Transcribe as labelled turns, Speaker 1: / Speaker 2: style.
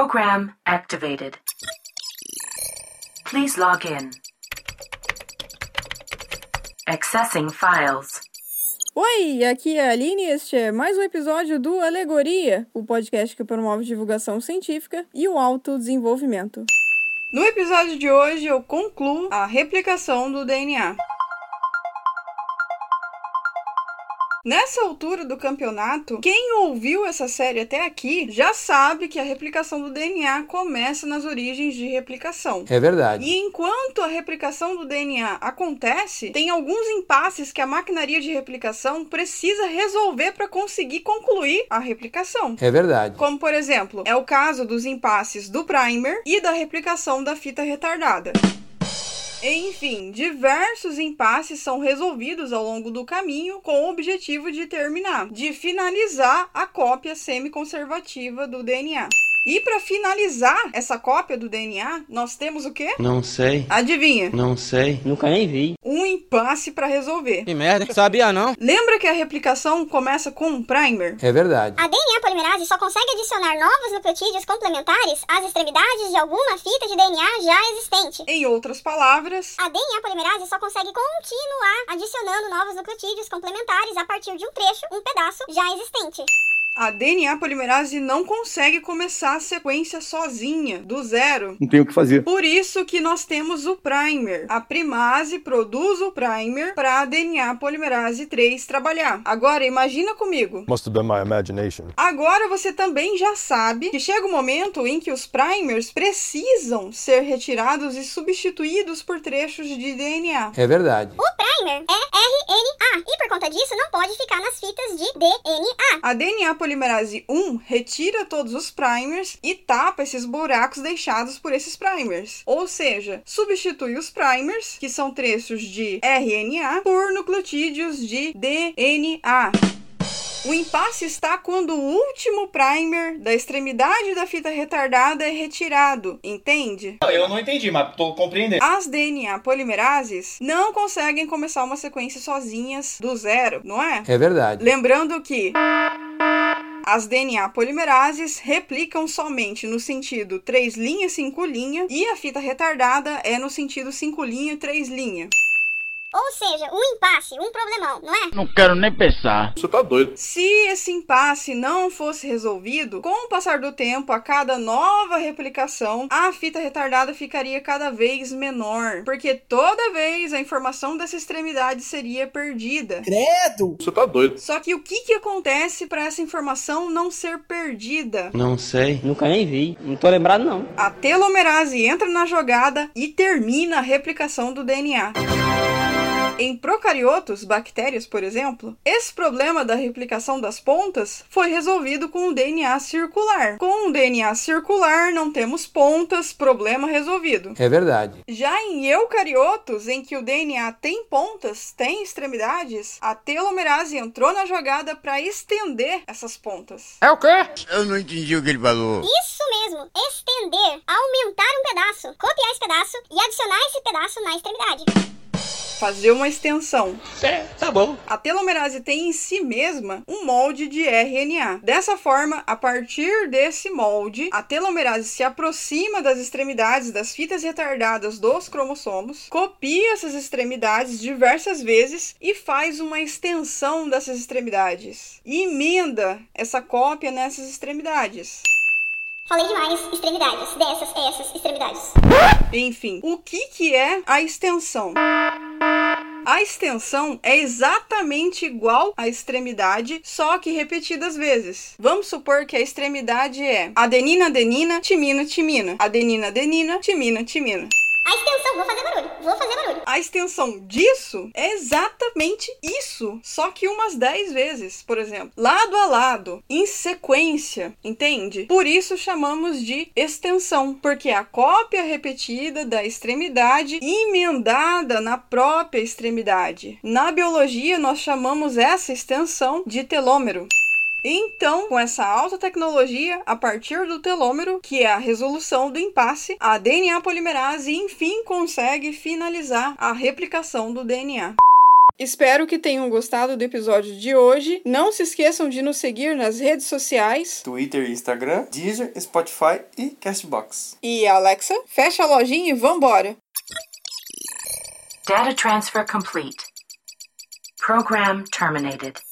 Speaker 1: Program activated. Please log in. Accessing files.
Speaker 2: Oi, aqui é a Aline e este é mais um episódio do Alegoria, o podcast que promove divulgação científica e o autodesenvolvimento. No episódio de hoje eu concluo a replicação do DNA. Nessa altura do campeonato, quem ouviu essa série até aqui já sabe que a replicação do DNA começa nas origens de replicação.
Speaker 3: É verdade.
Speaker 2: E enquanto a replicação do DNA acontece, tem alguns impasses que a maquinaria de replicação precisa resolver para conseguir concluir a replicação.
Speaker 3: É verdade.
Speaker 2: Como, por exemplo, é o caso dos impasses do primer e da replicação da fita retardada. Enfim, diversos impasses são resolvidos ao longo do caminho com o objetivo de terminar, de finalizar a cópia semiconservativa do DNA. E para finalizar essa cópia do DNA, nós temos o quê?
Speaker 4: Não sei,
Speaker 2: Adivinha?
Speaker 4: não sei. Nunca nem vi.
Speaker 2: Um impasse para resolver.
Speaker 5: Que merda, sabia não?
Speaker 2: Lembra que a replicação começa com um primer?
Speaker 3: É verdade.
Speaker 6: A DNA polimerase só consegue adicionar novos nucleotídeos complementares às extremidades de alguma fita de DNA já existente.
Speaker 2: Em outras palavras,
Speaker 6: A DNA polimerase só consegue continuar adicionando novos nucleotídeos complementares a partir de um trecho, um pedaço já existente.
Speaker 2: a DNA polimerase não consegue começar a sequência sozinha, do zero.
Speaker 7: Não tem o que fazer.
Speaker 2: Por isso que nós temos o primer. A primase produz o primer para a DNA polimerase 3 trabalhar. Agora imagina comigo.
Speaker 8: Must have been my imagination.
Speaker 2: Agora você também já sabe que chega o momento em que os primers precisam ser retirados e substituídos por trechos de DNA.
Speaker 3: É verdade.
Speaker 6: O primer é RNA e por conta disso não pode ficar nas fitas de DNA.
Speaker 2: A DNA polimerase 1 retira todos os primers e tapa esses buracos deixados por esses primers. Ou seja, substitui os primers, que são trechos de RNA, por nucleotídeos de DNA. O impasse está quando o último primer da extremidade da fita retardada é retirado, entende?
Speaker 9: Eu não entendi, mas tô compreendendo.
Speaker 2: As DNA polimerases não conseguem começar uma sequência sozinhas do zero, não é?
Speaker 3: É verdade.
Speaker 2: Lembrando que as DNA polimerases replicam somente no sentido 3 linha 5 linha e a fita retardada é no sentido 5 linha 3 linha.
Speaker 6: Ou seja, um impasse, um problemão, não é?
Speaker 4: Não quero nem pensar.
Speaker 7: Você tá doido.
Speaker 2: Se esse impasse não fosse resolvido, com o passar do tempo, a cada nova replicação, a fita retardada ficaria cada vez menor, porque toda vez a informação dessa extremidade seria perdida.
Speaker 7: Você tá doido.
Speaker 2: Só que o que, que acontece para essa informação não ser perdida?
Speaker 4: Não sei, nunca nem vi. Não tô lembrado não.
Speaker 2: A telomerase entra na jogada e termina a replicação do DNA. Em procariotos, bactérias, por exemplo, esse problema da replicação das pontas foi resolvido com o DNA circular. Com o DNA circular, não temos pontas, problema resolvido.
Speaker 3: É verdade.
Speaker 2: Já em eucariotos, em que o DNA tem pontas, tem extremidades, a telomerase entrou na jogada para estender essas pontas.
Speaker 5: É o quê?
Speaker 4: Eu não entendi o que ele falou.
Speaker 6: Isso mesmo, estender, aumentar um pedaço, copiar esse pedaço e adicionar esse pedaço na extremidade.
Speaker 2: Fazer uma extensão.
Speaker 9: É, tá bom.
Speaker 2: A telomerase tem em si mesma um molde de RNA. Dessa forma, a partir desse molde, a telomerase se aproxima das extremidades das fitas retardadas dos cromossomos, copia essas extremidades diversas vezes e faz uma extensão dessas extremidades. E emenda essa cópia nessas extremidades.
Speaker 6: Falei demais, extremidades, dessas, essas, extremidades.
Speaker 2: Enfim, o que, que é a extensão? A extensão é exatamente igual à extremidade, só que repetidas vezes. Vamos supor que a extremidade é adenina, adenina, timina, timina, adenina, adenina, timina, timina.
Speaker 6: A extensão, vou fazer barulho, vou fazer barulho.
Speaker 2: A extensão disso é exatamente isso, só que umas 10 vezes, por exemplo, lado a lado, em sequência, entende? Por isso chamamos de extensão, porque é a cópia repetida da extremidade emendada na própria extremidade. Na biologia, nós chamamos essa extensão de telômero. Então, com essa alta tecnologia, a partir do telômero, que é a resolução do impasse, a DNA polimerase enfim consegue finalizar a replicação do DNA. Espero que tenham gostado do episódio de hoje. Não se esqueçam de nos seguir nas redes sociais.
Speaker 10: Twitter e Instagram, Deezer, Spotify e Castbox.
Speaker 2: E Alexa, fecha a lojinha e vambora!
Speaker 1: Data transfer complete. Program terminated.